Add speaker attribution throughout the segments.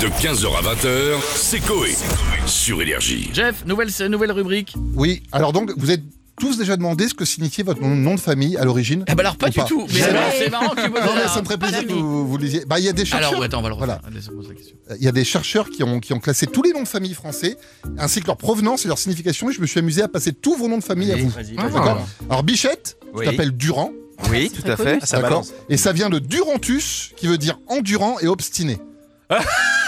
Speaker 1: De 15h à 20h, c'est Coé. Sur Énergie.
Speaker 2: Jeff, nouvelle, nouvelle rubrique.
Speaker 3: Oui, alors donc, vous êtes tous déjà demandé ce que signifiait votre nom- nom de famille à l'origine
Speaker 2: Eh ben alors, pas
Speaker 3: Ou
Speaker 2: du tout. Mais
Speaker 3: Je sais
Speaker 2: alors,
Speaker 3: pas.
Speaker 2: c'est marrant que tu poses
Speaker 3: Non, mais
Speaker 2: la-
Speaker 3: ça me ferait plaisir que
Speaker 2: Famille.
Speaker 3: vous, vous lisiez. Bah, il y a des chercheurs.
Speaker 2: Euh, Alors, ouais, attends, on va le refaire.
Speaker 3: Voilà.
Speaker 2: Laisse-moi poser la question.
Speaker 3: Il y a des chercheurs qui ont, qui ont classé tous les noms de famille français, ainsi que leur provenance et leur signification. Et je me suis amusé à passer tous vos noms de famille à vous. D'accord Alors, Bichette,
Speaker 4: Oui.
Speaker 3: tu t'appelles Durand,
Speaker 5: Ah,
Speaker 4: Oui, tout à fait.
Speaker 5: Ça
Speaker 3: d'accord
Speaker 5: balance.
Speaker 3: Et ça vient de Durantus, qui veut dire endurant et obstiné.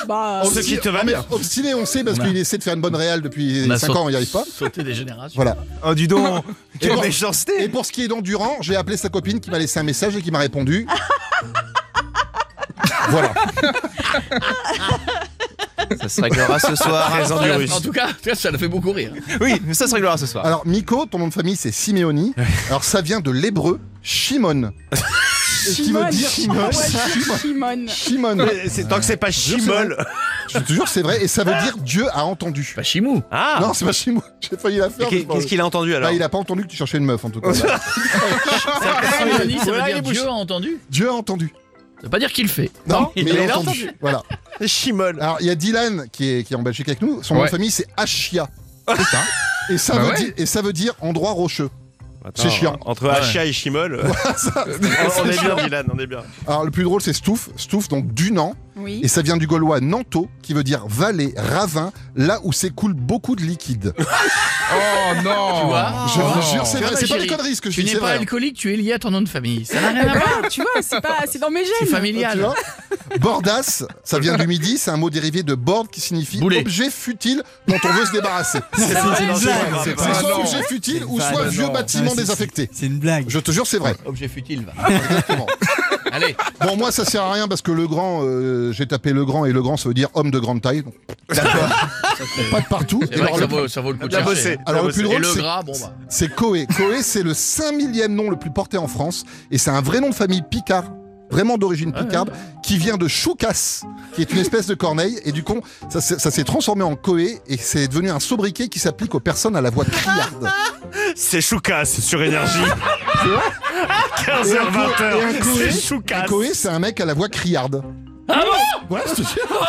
Speaker 6: Bah,
Speaker 3: Obsti-
Speaker 5: Ah, qui te va
Speaker 3: Non, mais
Speaker 5: bien.
Speaker 3: Obstiné, on sait, parce
Speaker 2: On a-
Speaker 3: qu'il essaie de faire une bonne réale depuis
Speaker 2: On a
Speaker 3: 5
Speaker 2: saut-
Speaker 3: ans, il n'y arrive pas.
Speaker 2: Sauter des générations.
Speaker 3: Voilà.
Speaker 5: Oh, dis donc. Quelle
Speaker 3: bon. Et
Speaker 5: méchanceté.
Speaker 3: pour ce qui est d'endurant, j'ai appelé sa copine qui m'a laissé un message et qui m'a répondu. voilà.
Speaker 4: Ça se réglera ce soir.
Speaker 5: Très
Speaker 2: Voilà,
Speaker 5: endurus.
Speaker 2: en tout cas, tu vois, ça le fait beaucoup rire.
Speaker 4: Oui, mais ça se réglera ce soir.
Speaker 5: Ah,
Speaker 3: Alors, Miko, ton nom de famille, c'est Simeoni. Alors, ça vient de l'hébreu Shimon. Et qui veut dire Shimon.
Speaker 6: Simone.
Speaker 3: Shimon.
Speaker 5: Mais c'est- Tant que c'est pas chimol.
Speaker 3: Je te jure, c'est vrai. Et ça veut dire Dieu a entendu.
Speaker 2: Pas Chimou.
Speaker 5: Ah.
Speaker 3: Non, c'est pas Shimon. J'ai failli la faire.
Speaker 5: Et qu'est-
Speaker 3: mais je
Speaker 5: Qu'est-ce qu'il a entendu
Speaker 3: Bah,
Speaker 5: alors
Speaker 3: il a pas entendu que tu cherchais une meuf, en tout cas.
Speaker 2: Simoni, Ah, ça
Speaker 5: Voilà,
Speaker 2: veut
Speaker 5: il
Speaker 2: dire
Speaker 5: est
Speaker 2: Dieu a entendu.
Speaker 3: Dieu a entendu.
Speaker 2: Ça veut pas dire qu'il fait.
Speaker 3: Non, mais
Speaker 2: il
Speaker 3: il
Speaker 2: l'a
Speaker 3: a
Speaker 2: entendu.
Speaker 3: entendu. Voilà.
Speaker 5: Chimol.
Speaker 3: Alors, il y a Dylan qui est, qui est en Belgique avec nous. Son nom
Speaker 2: Ouais.
Speaker 3: de famille, c'est Achia. Et ça,
Speaker 2: Bah
Speaker 3: veut
Speaker 2: ouais.
Speaker 3: dire, et ça veut dire endroit rocheux.
Speaker 5: Attends,
Speaker 3: C'est chiant.
Speaker 5: Entre
Speaker 2: Ouais.
Speaker 5: Achia et chimol. on, on est bien, Dylan, on est bien.
Speaker 3: Alors le plus drôle c'est Stouff, Stouff donc du Nant,
Speaker 6: Oui.
Speaker 3: et ça vient du gaulois Nanto qui veut dire vallée, ravin, là où s'écoule beaucoup de liquide.
Speaker 7: Oh non
Speaker 2: Tu vois
Speaker 3: je vous
Speaker 7: non.
Speaker 3: jure c'est
Speaker 2: Tu
Speaker 3: vrai,
Speaker 2: vois,
Speaker 3: c'est pas
Speaker 2: chérie,
Speaker 3: des conneries ce que je
Speaker 2: Tu
Speaker 3: dis,
Speaker 2: n'es
Speaker 3: c'est
Speaker 2: pas
Speaker 3: vrai.
Speaker 2: alcoolique, tu es lié à ton nom de famille. Ça n'a rien à voir.
Speaker 6: Voilà, Eh ben, tu vois, c'est pas, c'est dans mes
Speaker 2: C'est
Speaker 6: gènes.
Speaker 3: hein. Tu
Speaker 2: familial.
Speaker 3: vois Bordas, ça vient du midi, c'est un mot dérivé de bord qui signifie
Speaker 2: Boulet.
Speaker 3: objet futile dont on veut se débarrasser.
Speaker 5: C'est
Speaker 6: vrai,
Speaker 5: c'est-
Speaker 7: Dylan,
Speaker 5: c'est-
Speaker 7: c'est
Speaker 5: c'est-
Speaker 3: C'est
Speaker 7: Ah
Speaker 3: soit
Speaker 7: non.
Speaker 3: objet futile ou
Speaker 7: Ah
Speaker 3: soit
Speaker 7: non.
Speaker 3: vieux bâtiment
Speaker 7: Ouais, c'est-
Speaker 3: désaffecté.
Speaker 7: C'est une blague.
Speaker 3: Je te jure c'est vrai.
Speaker 2: Objet futile, va.
Speaker 3: Exactement.
Speaker 2: Allez,
Speaker 3: Bon moi ça sert à rien parce que le grand, euh, j'ai tapé le grand et le grand ça veut dire homme de grande taille. donc, pas de partout.
Speaker 2: c'est
Speaker 3: Et
Speaker 2: vrai
Speaker 3: alors,
Speaker 2: que ça
Speaker 3: le-
Speaker 2: vaut, ça vaut le coup de
Speaker 5: Bien
Speaker 2: chercher.
Speaker 5: bossé.
Speaker 3: alors, le plus
Speaker 2: hein. Et
Speaker 3: drôle,
Speaker 2: le
Speaker 3: c'est
Speaker 2: gras, bon bah.
Speaker 3: C'est Coé. Coé, c'est le 5 millième nom le plus porté en France et c'est un vrai nom de famille Picard, vraiment d'origine
Speaker 2: Ah,
Speaker 3: picarde, qui vient de Choucas, qui est une espèce de corneille. Et du coup, ça, s'est- ça s'est transformé en Coé et c'est devenu un sobriquet qui s'applique aux personnes à la voix criarde.
Speaker 5: C'est Choukas sur Énergie.
Speaker 3: Et un co- et
Speaker 5: 15h,
Speaker 3: un
Speaker 5: 20h.
Speaker 3: Coé-
Speaker 5: C'est Choukas.
Speaker 3: un Coé, c'est un mec à la voix criarde. Ah bon Ouais, je te jure.